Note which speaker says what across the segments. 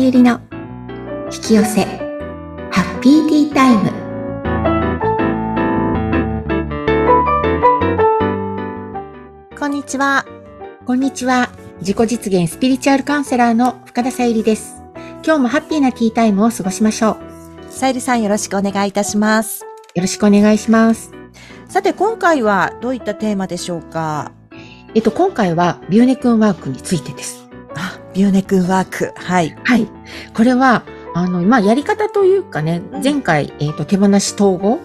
Speaker 1: ゆりの引き寄せハッピーティータイムこんにちはこんにちは自己実現スピリチュアルカウンセラーの深田さゆりです今日もハッピーなティータイムを過ごしましょう
Speaker 2: さゆりさんよろしくお願いいたします。
Speaker 1: よろしくお願いします
Speaker 2: さて、今回はどういったテーマでしょうか
Speaker 1: えっと今回はビューネ君ワークについてです
Speaker 2: あ、ビューネ君ワーク。はい。
Speaker 1: はい。これは、あの、まあ、やり方というかね
Speaker 2: う、ん
Speaker 1: 前回、えっ、と、手放し統合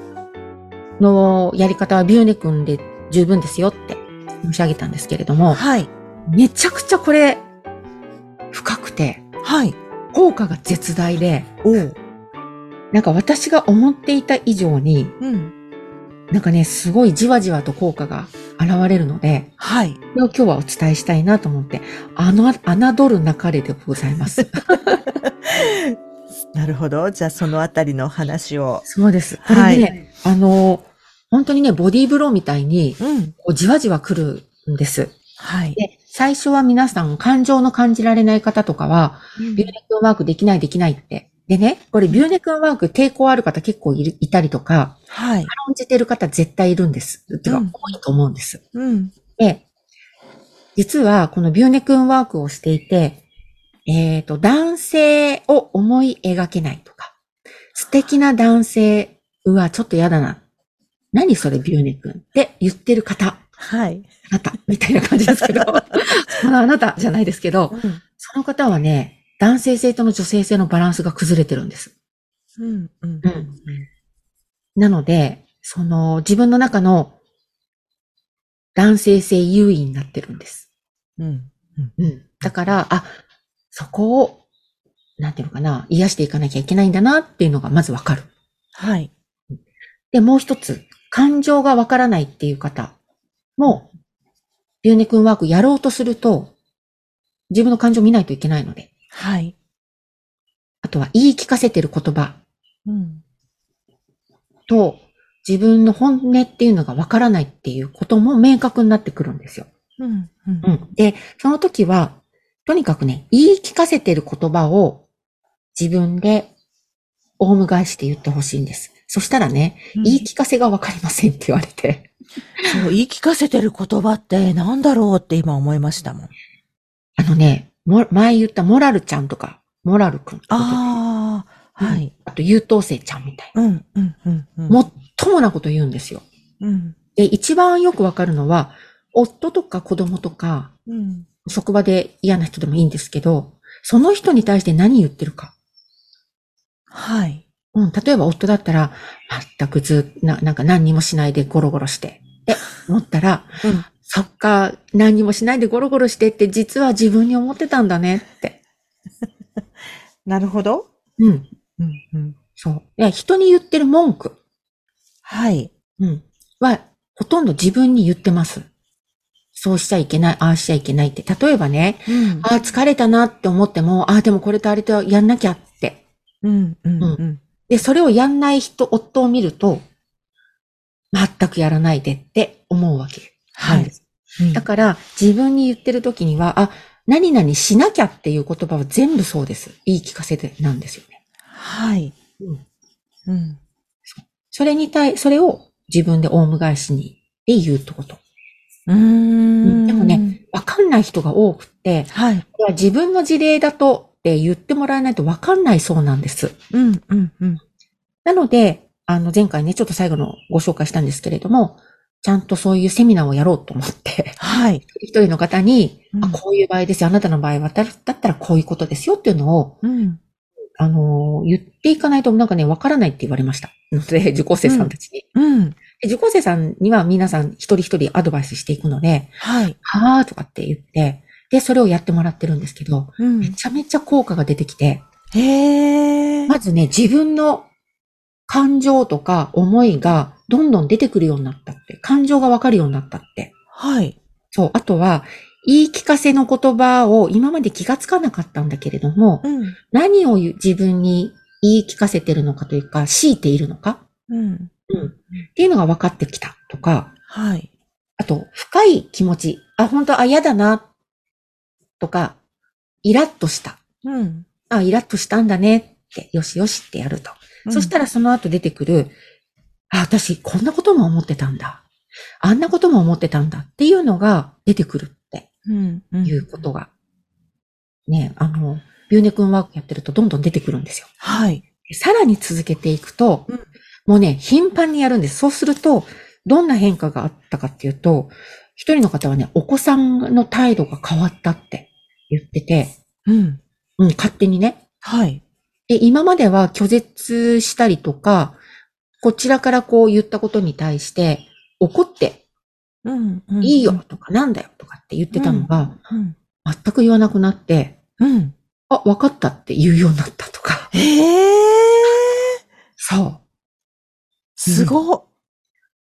Speaker 1: のやり方はビューネ君で十分ですよって申し上げたんですけれども、
Speaker 2: はい。
Speaker 1: めちゃくちゃこれ、深くて、
Speaker 2: はい。
Speaker 1: 効果が絶大で、
Speaker 2: おう。
Speaker 1: なんか私が思っていた以上に、
Speaker 2: うん。
Speaker 1: なんかね、すごいじわじわと効果が現れるので、
Speaker 2: はい。
Speaker 1: これを今日はお伝えしたいなと思って、あの、侮るなかれでございます。
Speaker 2: なるほど。じゃあ、そのあたりの話を。
Speaker 1: そうです。こ
Speaker 2: は
Speaker 1: れ
Speaker 2: い
Speaker 1: ね、あの、本当にね、ボディーブローみたいに、
Speaker 2: う
Speaker 1: こ
Speaker 2: ん。
Speaker 1: うじわじわ来るんです。
Speaker 2: はい。
Speaker 1: で、最初は皆さん、感情の感じられない方とかは、
Speaker 2: うん
Speaker 1: ビューネックワークできないできないって。でね、これビューネックワーク抵抗ある方結構いるいたりとか、
Speaker 2: はい。
Speaker 1: 感じてる方絶対いるんです。てか、
Speaker 2: うん
Speaker 1: 多いと思うんです。
Speaker 2: うん。
Speaker 1: で、実はこのビューネックワークをしていて、えっ、と、男性を思い描けないとか、素敵な男性、うわ、ちょっと嫌だな。何それ、ビューネ君って言ってる方、
Speaker 2: はい。
Speaker 1: あなた、みたいな感じですけど、 そのあなたじゃないですけど、その方はね、男性性との女性性のバランスが崩れてるんです。
Speaker 2: うん。うん。
Speaker 1: うんなので、その自分の中の男性性優位になってるんです。
Speaker 2: うん。
Speaker 1: うん。だから、あ、そこを、なんていうのかな、癒していかなきゃいけないんだなっていうのがまずわかる。
Speaker 2: はい。
Speaker 1: で、もう一つ、感情がわからないっていう方も、ビューネ君ワークやろうとすると、自分の感情を見ないといけないので、
Speaker 2: はい。
Speaker 1: あとは言い聞かせてる言葉
Speaker 2: うん。
Speaker 1: と、自分の本音っていうのがわからないっていうことも明確になってくるんですよ。
Speaker 2: うん。うん
Speaker 1: うん。で、その時は、とにかくね、言い聞かせてる言葉を自分でオウム返して言ってほしいんです。そしたらね、言い聞かせがわかりませんって言われて。
Speaker 2: そう言い聞かせてる言葉ってなんだろうって今思いましたもん。
Speaker 1: あのね、も前言ったモラルちゃんとか、モラルくんとか、
Speaker 2: ああ、はい。
Speaker 1: あと優等生ちゃんみたい
Speaker 2: うん、うん、うん。う
Speaker 1: な。
Speaker 2: ん
Speaker 1: もっともなこと言うんですよ。
Speaker 2: うん。
Speaker 1: で、一番よくわかるのは、夫とか子供とか、
Speaker 2: うん。
Speaker 1: 職場で嫌な人でもいいんですけど、その人に対して何言ってるか。
Speaker 2: はい。
Speaker 1: うん、例えば夫だったら、全くず、な、なんか何にもしないでゴロゴロして、って思ったら、
Speaker 2: うん。
Speaker 1: そっか、何にもしないでゴロゴロしてって実は自分に思ってたんだねって。
Speaker 2: なるほど。
Speaker 1: うん。
Speaker 2: うん、うん。
Speaker 1: そう。いや、人に言ってる文句、
Speaker 2: はい。
Speaker 1: うん、は、ほとんど自分に言ってます。そうしちゃいけない、ああしちゃいけないって。例えばね、
Speaker 2: うん
Speaker 1: ああ疲れたなって思っても、ああでもこれとあれとやんなきゃって
Speaker 2: うん、うん、
Speaker 1: う
Speaker 2: うん。
Speaker 1: で、それをやんない人、夫を見ると、全くやらないでって思うわけ。
Speaker 2: はい。
Speaker 1: だから、自分に言ってる時には、あ、何々しなきゃっていう言葉は全部そうです。言い聞かせてなんですよね。
Speaker 2: はい。
Speaker 1: うん
Speaker 2: うん。
Speaker 1: それに対、それを自分でオウム返しにで言うってこと。
Speaker 2: うーん。
Speaker 1: でもね。わかんない人が多くって、
Speaker 2: はい。
Speaker 1: これは自分の事例だとって言ってもらえないとわかんないそうなんです。
Speaker 2: うん、うん、うん。
Speaker 1: なので、あの、前回ね、ちょっと最後のご紹介したんですけれども、ちゃんとそういうセミナーをやろうと思って、
Speaker 2: はい。
Speaker 1: 一人の方に、
Speaker 2: うん
Speaker 1: あ、こういう場合ですよ。あなたの場合は、だだったらこういうことですよっていうのを、
Speaker 2: うん。
Speaker 1: あのー言っていかないとなんかね、わからないって言われました。なので、受講生さんたちに。
Speaker 2: うん。
Speaker 1: で受講生さんには皆さん一人一人アドバイスしていくので、
Speaker 2: はい。
Speaker 1: はーとかって言って、で、それをやってもらってるんですけど、
Speaker 2: う
Speaker 1: め
Speaker 2: ん。
Speaker 1: ちゃめちゃ効果が出てきて、
Speaker 2: へえ。
Speaker 1: まずね、自分の感情とか思いがどんどん出てくるようになったって、感情がわかるようになったって。
Speaker 2: はい。
Speaker 1: そう。あとは、言い聞かせの言葉を今まで気がつかなかったんだけれども、
Speaker 2: うん。
Speaker 1: 何を言う自分に言い聞かせてるのかというか、強いているのか
Speaker 2: うん。
Speaker 1: っていうのが分かってきたとか、
Speaker 2: はい。
Speaker 1: あと、深い気持ち。あ、本当あ、嫌だな。とか、イラッとした。
Speaker 2: うん。
Speaker 1: あ、イラッとしたんだねって、よしよしってやると。そした
Speaker 2: ら、
Speaker 1: らその後出てくる、あ、私こんなことも思ってたんだ。あんなことも思ってたんだっていうのが出てくるって
Speaker 2: うん、うん
Speaker 1: いうことが、ね、あの、ビューネ君ワークやってるとどんどん出てくるんですよ。
Speaker 2: はい。
Speaker 1: さらに続けていくと、
Speaker 2: うん
Speaker 1: もうね、頻繁にやるんです。そうすると、どんな変化があったかっていうと、一人の方はね、お子さんの態度が変わったって言ってて、
Speaker 2: うん。
Speaker 1: うん、勝手にね。
Speaker 2: はい。
Speaker 1: で、今までは拒絶したりとか、こちらからこう言ったことに対して、怒って、
Speaker 2: うん、うん
Speaker 1: いいよ。とか、なんだよとかって言ってたのが、
Speaker 2: うん。
Speaker 1: 全く言わなくなって、
Speaker 2: うん。
Speaker 1: あ、わかったって言うようになったとか。
Speaker 2: ええー、
Speaker 1: そう。
Speaker 2: すごっ。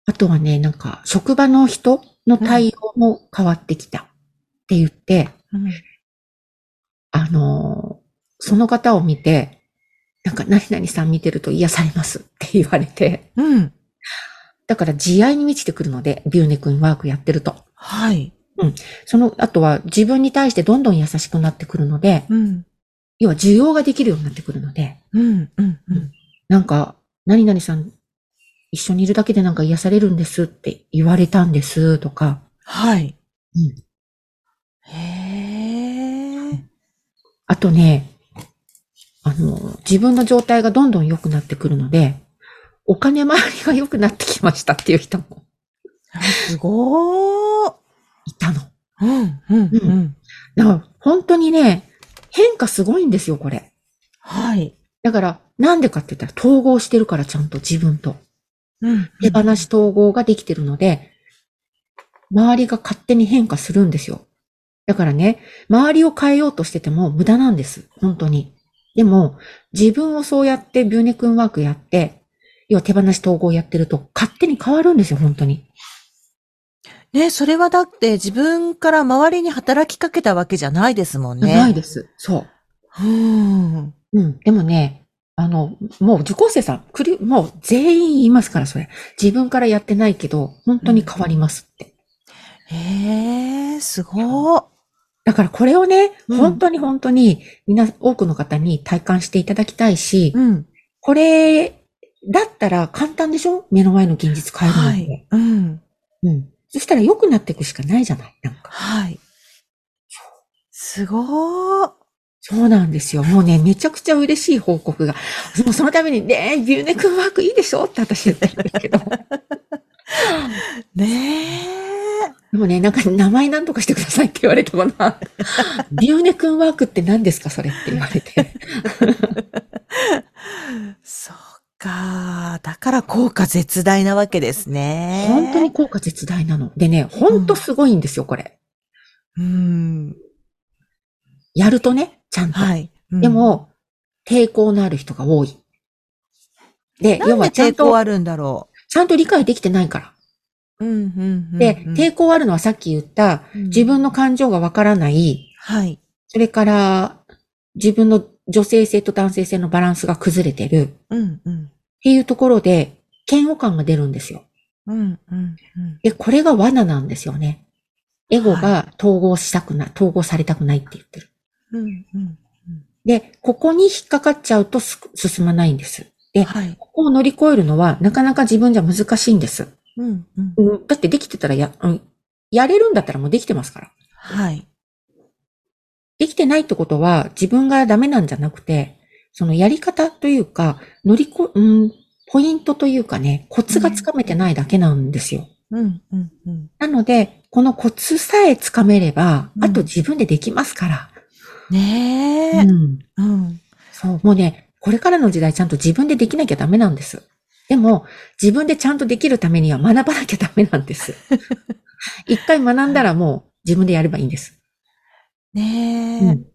Speaker 1: あとはね、なんか、職場の人の対応も変わってきたって言って、
Speaker 2: うん
Speaker 1: あのーその方を見て、なんか、何々さん見てると癒されますって言われて、
Speaker 2: うん。
Speaker 1: だから慈愛に満ちてくるので、ビューネ君ワークやってると。
Speaker 2: はい。
Speaker 1: その後は自分に対してどんどん優しくなってくるので、
Speaker 2: うん。
Speaker 1: 要は需要ができるようになってくるので、
Speaker 2: うん。うん。うん。
Speaker 1: なんか、何々さん、一緒にいるだけでなんか癒されるんですって言われたんですとか、
Speaker 2: はい。
Speaker 1: うん
Speaker 2: へえ。
Speaker 1: あとね、あの、自分の状態がどんどん良くなってくるので、お金回りが良くなってきましたっていう人も
Speaker 2: あすごー。
Speaker 1: いたの。
Speaker 2: うん。うん。
Speaker 1: う
Speaker 2: うん。
Speaker 1: だから本当にね、変化すごいんですよ、これ。
Speaker 2: はい。
Speaker 1: だから、なんでかって言ったら統合してるから、ちゃんと自分と。
Speaker 2: うん。
Speaker 1: 手放し統合ができてるので、周りが勝手に変化するんですよ。だからね、周りを変えようとしてても無駄なんです。本当に。でも、自分をそうやってビューネ君ワークやって、要は手放し統合やってると勝手に変わるんですよ、本当に。
Speaker 2: ね、それはだって自分から周りに働きかけたわけじゃないですもんね。
Speaker 1: ないです。そう。
Speaker 2: うん。
Speaker 1: うん。でもね、あの、もう受講生さん、くりもう全員言いますから、それ。自分からやってないけど、本当に変わりますって。
Speaker 2: へえ、すごー。
Speaker 1: だからこれをね、
Speaker 2: うん
Speaker 1: 本当に本当に、みんな、多くの方に体感していただきたいし、
Speaker 2: うん。
Speaker 1: これ、だったら簡単でしょ目の前の現実変えるの
Speaker 2: は
Speaker 1: って、
Speaker 2: い。うん。
Speaker 1: うん。そしたら良くなっていくしかないじゃないなんか。
Speaker 2: はい。すごー。
Speaker 1: そうなんですよ。もうね、めちゃくちゃ嬉しい報告が。もうそのために、ねえ、ビューネ君ワークいいでしょって私言ってるんですけ ど。で
Speaker 2: ねえ。
Speaker 1: もね、なんか名前なんとかしてくださいって言われたか な。ビューネ君ワークって何ですかそれって言われて。
Speaker 2: そっか。だから効果絶大なわけですね。
Speaker 1: 本当に。効果絶大なの。でね、本当すごいんですよ、これ。
Speaker 2: うん。
Speaker 1: やるとね、ちゃんと。
Speaker 2: はい。うん
Speaker 1: で、も、抵抗のある人が多い。で、
Speaker 2: な
Speaker 1: 要
Speaker 2: んで
Speaker 1: はちゃん
Speaker 2: 抵抗
Speaker 1: と、
Speaker 2: あるんだろ
Speaker 1: ちゃんと理解できてないから。
Speaker 2: う。うん、うん、うん。
Speaker 1: で、
Speaker 2: うん
Speaker 1: 抵抗あるのはさっき言った、自分の、感情がわからない、
Speaker 2: はい。
Speaker 1: それから、自分の女性性と男性性のバランスが崩れてるっ
Speaker 2: うん、うん。
Speaker 1: ていうところで、嫌悪感が出るんですよ。
Speaker 2: うん、うん、うん。
Speaker 1: で、これが罠なんですよね。エゴが統合したくない、統合されたくないって言ってる。
Speaker 2: うん、うん。
Speaker 1: で、ここに引っかかっちゃうとす進まないんです。で、
Speaker 2: はい。
Speaker 1: ここを乗り越えるのは、なかなか自分じゃ難しいんです。
Speaker 2: うん、うん。
Speaker 1: うん、だってできてたらや、うん、やれるんだったらもうできてますから。
Speaker 2: はい。
Speaker 1: できてないってことは、自分がダメなんじゃなくて、そのやり方というか、乗りこ、うん、ポイントというかね、コツがつかめてないだけなんですよ。
Speaker 2: うん、うん、うん。
Speaker 1: なので、このコツさえつかめれば
Speaker 2: う、ん
Speaker 1: あと自分でできますから。
Speaker 2: ねえ。
Speaker 1: うん
Speaker 2: うん。
Speaker 1: そう、もうね、これからの時代ちゃんと自分でできなきゃダメなんです。でも、自分でちゃんとできるためには学ばなきゃダメなんです。 一回学んだらもう自分でやればいいんです。う
Speaker 2: ねえ
Speaker 1: ん。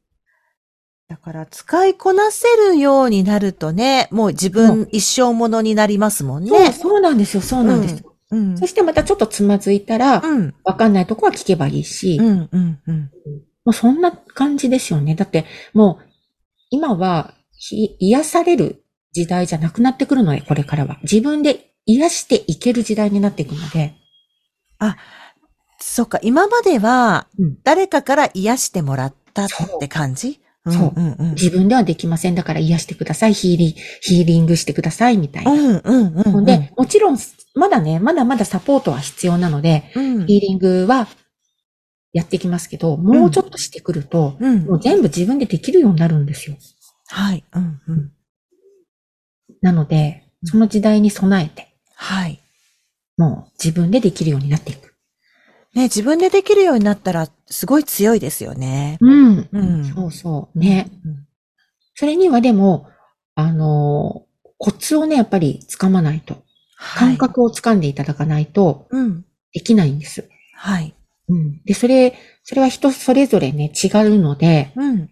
Speaker 2: だから、使いこなせるようになるとね、もう自分一生ものになりますもん
Speaker 1: そう、
Speaker 2: ね。
Speaker 1: そうなんですよ、そうなんですよ。
Speaker 2: うん。
Speaker 1: そしてまたちょっとつまずいたら、
Speaker 2: うん。
Speaker 1: わかんないとこは聞けばいいし、
Speaker 2: う
Speaker 1: も
Speaker 2: ん、うん、うん。
Speaker 1: うそんな感じですよね。だって、もう、今は、ひ癒される時代じゃなくなってくるので、これからは。自分で癒していける時代になっていくので、
Speaker 2: そっか、今までは
Speaker 1: うん、
Speaker 2: 誰かから癒してもらったっ
Speaker 1: そう
Speaker 2: て感じ
Speaker 1: そう
Speaker 2: うんうん
Speaker 1: 自分ではできません。だから癒してください。ヒーリング、ヒーリングしてください。みたいな。
Speaker 2: うんうんうんうん。
Speaker 1: で、もちろん、まだね、まだまだサポートは必要なので、
Speaker 2: うん、
Speaker 1: ヒーリングはやってきますけど、もうちょっとしてくると、
Speaker 2: うん
Speaker 1: もう全部自分でできるようになるんですよ。
Speaker 2: はい。うんうん。
Speaker 1: なので、その時代に備えて、
Speaker 2: はい。
Speaker 1: もう自分でできるようになっていく。
Speaker 2: ね、自分でできるようになったら、すごい強いですよね。
Speaker 1: うん
Speaker 2: うん
Speaker 1: そうそう。ね。
Speaker 2: うん
Speaker 1: それにはでも、あのーコツをね、やっぱり掴まないと。
Speaker 2: はい
Speaker 1: 感覚を掴んでいただかないと、
Speaker 2: うん。
Speaker 1: できないんです。
Speaker 2: はい。
Speaker 1: うん。で、それ、それは人それぞれね、違うので、
Speaker 2: うん。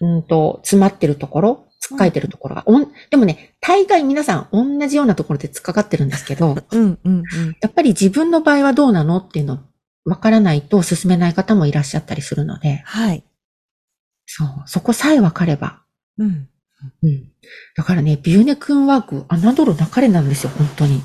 Speaker 1: うんと、詰まってるところ、つっかえてるところが、おん、でもね、大概皆さん同じようなところで突っかかってるんですけど、
Speaker 2: うん。うん。
Speaker 1: やっぱり自分の場合はどうなのっていうの、わからないと進めない方もいらっしゃったりするので、
Speaker 2: はい。
Speaker 1: そう、そこさえわかれば、
Speaker 2: うん。
Speaker 1: うん。だからね、ビューネ君ワーク、侮るなかれなんですよ、本当に。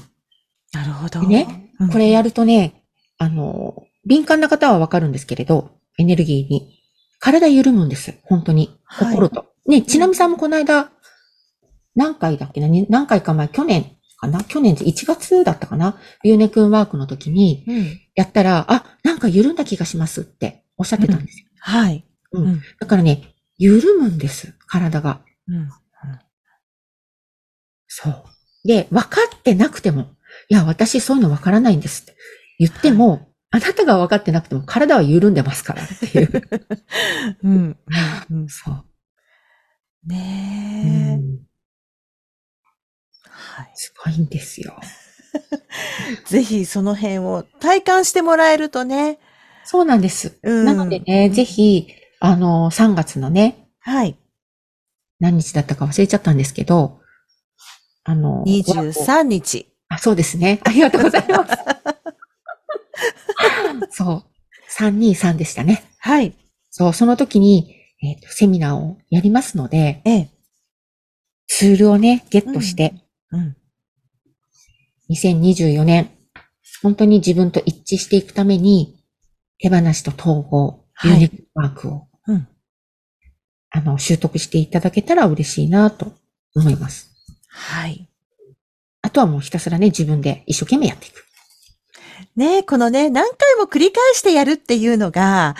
Speaker 2: なるほど。
Speaker 1: でね、
Speaker 2: うん
Speaker 1: これやるとね、あの、敏感な方はわかるんですけれど、エネルギーに。体緩むんです、本当に。
Speaker 2: はい
Speaker 1: 心と。ね、ちなみさんもこの間、何回だっけな、に何回か前、去年かな去年って1月だったかなビューネ君ワークの時に、
Speaker 2: うん。
Speaker 1: やったら、あ、なんか緩んだ気がしますっておっしゃってたんですよ。
Speaker 2: はい。
Speaker 1: うん
Speaker 2: うん。
Speaker 1: だからね、緩むんです、体が。
Speaker 2: うん。
Speaker 1: そう。で、分かってなくても、いや、私そういうの分からないんですって言っても、あなたが分かってなくても体は緩んでますからっていう。
Speaker 2: うん。うん。
Speaker 1: そう。
Speaker 2: ね
Speaker 1: うん
Speaker 2: え。はい。
Speaker 1: すごいんですよ。
Speaker 2: ぜひその辺を体感してもらえるとね。
Speaker 1: そうなんです。
Speaker 2: うん。
Speaker 1: なのでね、ぜ。ひ、あの、3月のね、
Speaker 2: はい。
Speaker 1: 何日だったか忘れちゃったんですけど、あの、
Speaker 2: 23日。
Speaker 1: あ、そうですね。 ありがとうございます。 そう。323でしたね。
Speaker 2: はい。
Speaker 1: そう、その時に、えっ、と、セミナーをやりますので、
Speaker 2: ええ。
Speaker 1: ツールをね、ゲットして、
Speaker 2: うん。
Speaker 1: 2024年、本当に自分と一致していくために、手放しと統合、
Speaker 2: は
Speaker 1: ユ
Speaker 2: い
Speaker 1: ニークワークを、
Speaker 2: うん。
Speaker 1: あの、習得していただけたら嬉しいなと思います。
Speaker 2: はい。
Speaker 1: あとはもうひたすらね、自分で一生懸命やっていく。
Speaker 2: ねこのね、何回も繰り返してやるっていうのが、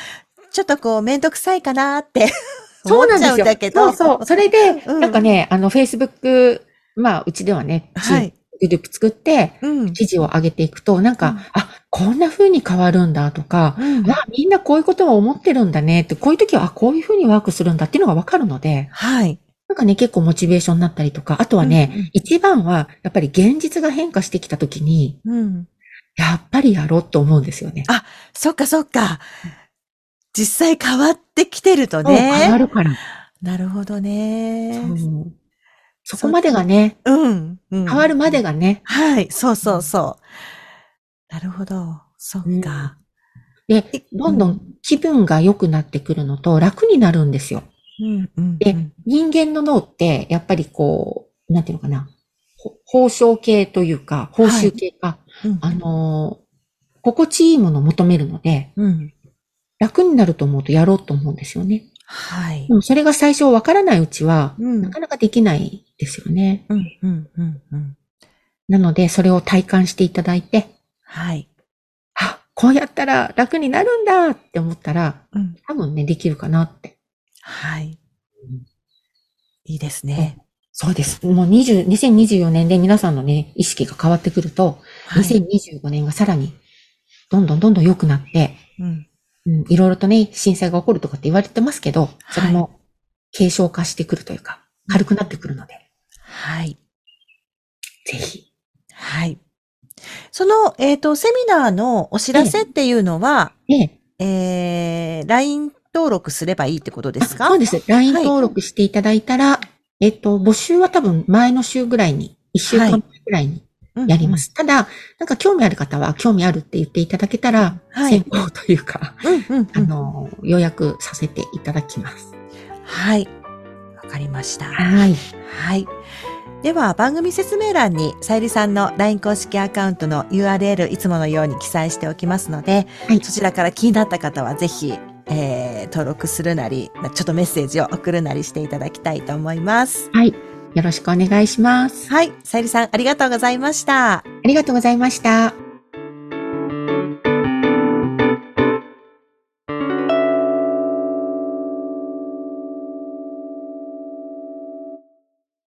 Speaker 2: ちょっとこう、めんどくさいかなって、 思っちゃうんだけ
Speaker 1: そ
Speaker 2: ど。
Speaker 1: うそう。それで、
Speaker 2: うん
Speaker 1: なんかね、あの、Facebook、まあ、うちではね、
Speaker 2: は
Speaker 1: チー
Speaker 2: い。
Speaker 1: ムグループ作って、
Speaker 2: うん。
Speaker 1: 記事を上げていくと、なんか、
Speaker 2: うん
Speaker 1: あ、こんな風に変わるんだとか、
Speaker 2: うん
Speaker 1: わあ、みんなこういうことを思ってるんだねって、こういう時は、あ、こういうふうにワークするんだっていうのがわかるので、
Speaker 2: はい。
Speaker 1: なんかね、結構モチベーションになったりとか、あとはね、
Speaker 2: うんうん
Speaker 1: 一番は、やっぱり現実が変化してきた時に、
Speaker 2: うん。
Speaker 1: やっぱりやろうと思うんですよね。
Speaker 2: あそっかそっか。実際変わってきてると
Speaker 1: そう変わ
Speaker 2: ね。
Speaker 1: るから。
Speaker 2: なるほど
Speaker 1: そ
Speaker 2: ね。
Speaker 1: うそこまでがね、
Speaker 2: うん。う
Speaker 1: 変
Speaker 2: ん
Speaker 1: わるまで。がね、
Speaker 2: はい。そうそうそう。なるほど。そっか。
Speaker 1: で、どんどん気分が良くなってくるのと楽になるんですよ。
Speaker 2: うん。うん。
Speaker 1: で
Speaker 2: うん
Speaker 1: 人間の脳って、やっぱりこう、なんていうのかな、ほ報奨系というか、報酬系か、
Speaker 2: うん。
Speaker 1: あのー心地いいものを求めるので、
Speaker 2: うん。
Speaker 1: 楽になると思うとやろうと思うんですよね。
Speaker 2: はい
Speaker 1: で。もそれが最初わからないうちは、
Speaker 2: うん
Speaker 1: なかなかできないですよね。
Speaker 2: うん。うん。うん。うん。
Speaker 1: なので、それを体感していただいて、
Speaker 2: はい。
Speaker 1: あ、こうやったら楽になるんだって思ったら、
Speaker 2: うん。
Speaker 1: 多分ね、できるかなって。
Speaker 2: はい
Speaker 1: うん。
Speaker 2: いいですね。
Speaker 1: そうです。もう20、2024年で皆さんのね、意識が変わってくると、
Speaker 2: はい
Speaker 1: 2025年がさらに、どんどんどんどん良くなって、
Speaker 2: うん
Speaker 1: うん、いろいろとね、震災が起こるとかって言われてますけど、それも軽症化してくるというか、軽くなってくるので、
Speaker 2: はい。
Speaker 1: ぜひ。
Speaker 2: はい。その、えっ、と、セミナーのお知らせっていうのは、
Speaker 1: で、
Speaker 2: えー、LINE 登録すればいいってことですか
Speaker 1: そうです。LINE
Speaker 2: はい
Speaker 1: 登録していただいたら、えっと、募集は多分前の週ぐらいに、1週間前ぐらいにやりま。す。ただ、なんか興味ある方は、興味あるって言っていただけたら、
Speaker 2: はい
Speaker 1: 先行というか、
Speaker 2: うんうん、うん
Speaker 1: あの、予約させていただきます。
Speaker 2: はい。わかりました。
Speaker 1: はい。
Speaker 2: はい。では、番組説明欄に、さゆりさんの LINE 公式アカウントの URL、いつものように記載しておきますので、
Speaker 1: はい
Speaker 2: そちらから気になった方は、ぜひ、えー登録するなり、まあちょっとメッセージを送るなりしていただきたいと思います。
Speaker 1: はい。よろしくお願いします。
Speaker 2: はい。さゆりさん、ありがとうございました。
Speaker 1: ありがとうございました。